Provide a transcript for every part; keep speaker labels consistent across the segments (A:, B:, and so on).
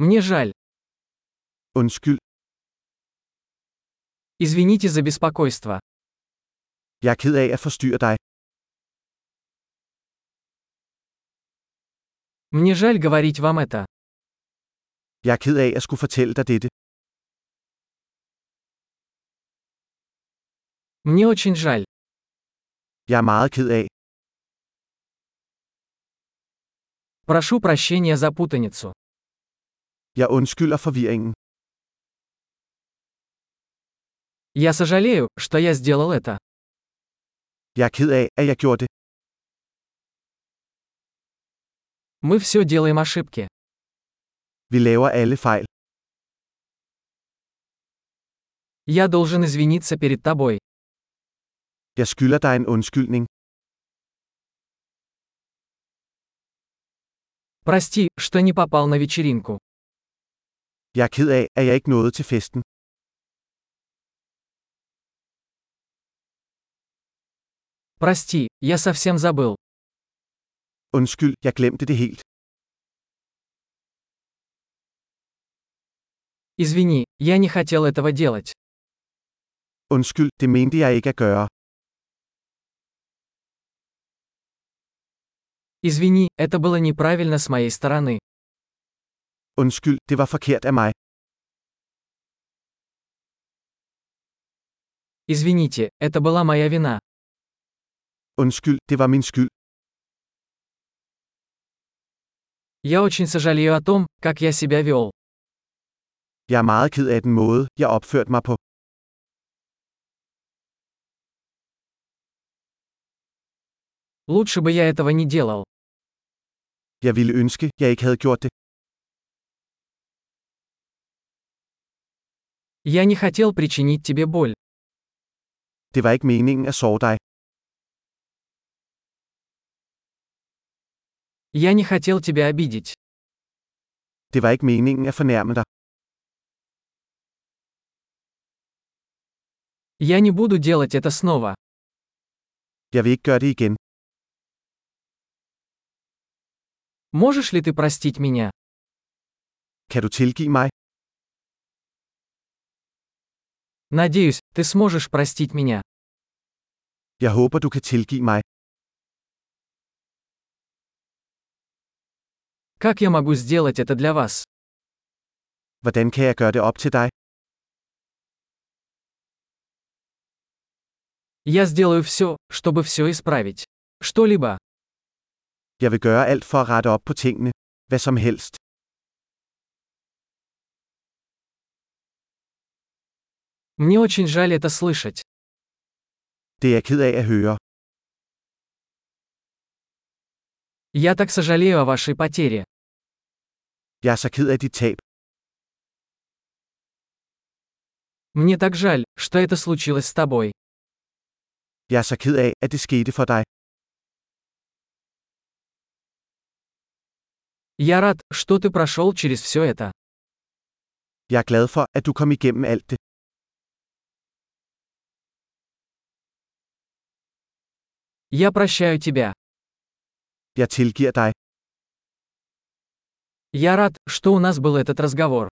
A: Мне жаль.
B: Undskyld,
A: Извините за беспокойство.
B: jeg er ked af at forstyrre dig.
A: Мне жаль говорить вам это.
B: Jeg er ked af at skulle fortælle dig dette.
A: Мне очень жаль.
B: Jeg er meget ked af.
A: Прошу прощения за путаницу.
B: Jeg undskylder forvirringen.
A: Я сожалею, что я сделал это.
B: Jeg er ked af, at jeg gjorde det.
A: Мы все делаем ошибки.
B: Vi laver alle fejl.
A: Я должен извиниться перед тобой.
B: Jeg skylder dig en undskyldning.
A: Прости, что не попал на вечеринку.
B: Jeg er ked af, at jeg ikke nåede til festen.
A: Прости, я совсем забыл.
B: Undskyld, jeg glemte det helt.
A: Извини, я не хотел этого делать.
B: Undskyld, det mente jeg ikke at gøre.
A: Извини, это было неправильно с моей стороны.
B: Undskyld, det var forkert af mig.
A: Извините, это была моя вина.
B: Undskyld, det var min skyld.
A: Я очень сожалею о том, как я себя вел.
B: Jeg er meget ked af den måde, jeg opførte mig på.
A: Лучше бы я этого не делал.
B: Jeg ville ønske, jeg ikke havde gjort det.
A: Я не хотел причинить тебе боль.
B: Det var ikke meningen at sove dig.
A: Я не хотел тебя обидеть.
B: Det var ikke meningen at fornærme dig.
A: Я не буду делать это снова.
B: Jeg vil ikke gøre det igen.
A: Можешь ли ты простить меня?
B: Kan du tilgive mig?
A: Надеюсь, ты сможешь простить меня.
B: Jeg håber, du kan tilgive mig.
A: Как я могу сделать это для вас?
B: Hvordan kan jeg gøre det op til dig?
A: Я сделаю все, чтобы все исправить. Что-либо.
B: Jeg vil gøre alt for at rette op på tingene. Hvad som helst.
A: Мне очень жаль это слышать.
B: Det er jeg ked af at høre.
A: Я так сожалею о вашей потере.
B: Jeg er så ked af dit tab.
A: Мне так жаль, что это случилось с тобой.
B: Jeg er så ked af, at det skete for dig.
A: Я рад, что ты прошел через все это.
B: Jeg er glad for, at du kom igennem alt det.
A: Я прощаю тебя.
B: Jeg tilgiver dig.
A: Я рад, что у нас был этот разговор.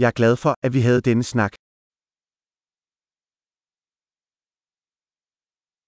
B: Jeg er glad for, at vi havde denne snak.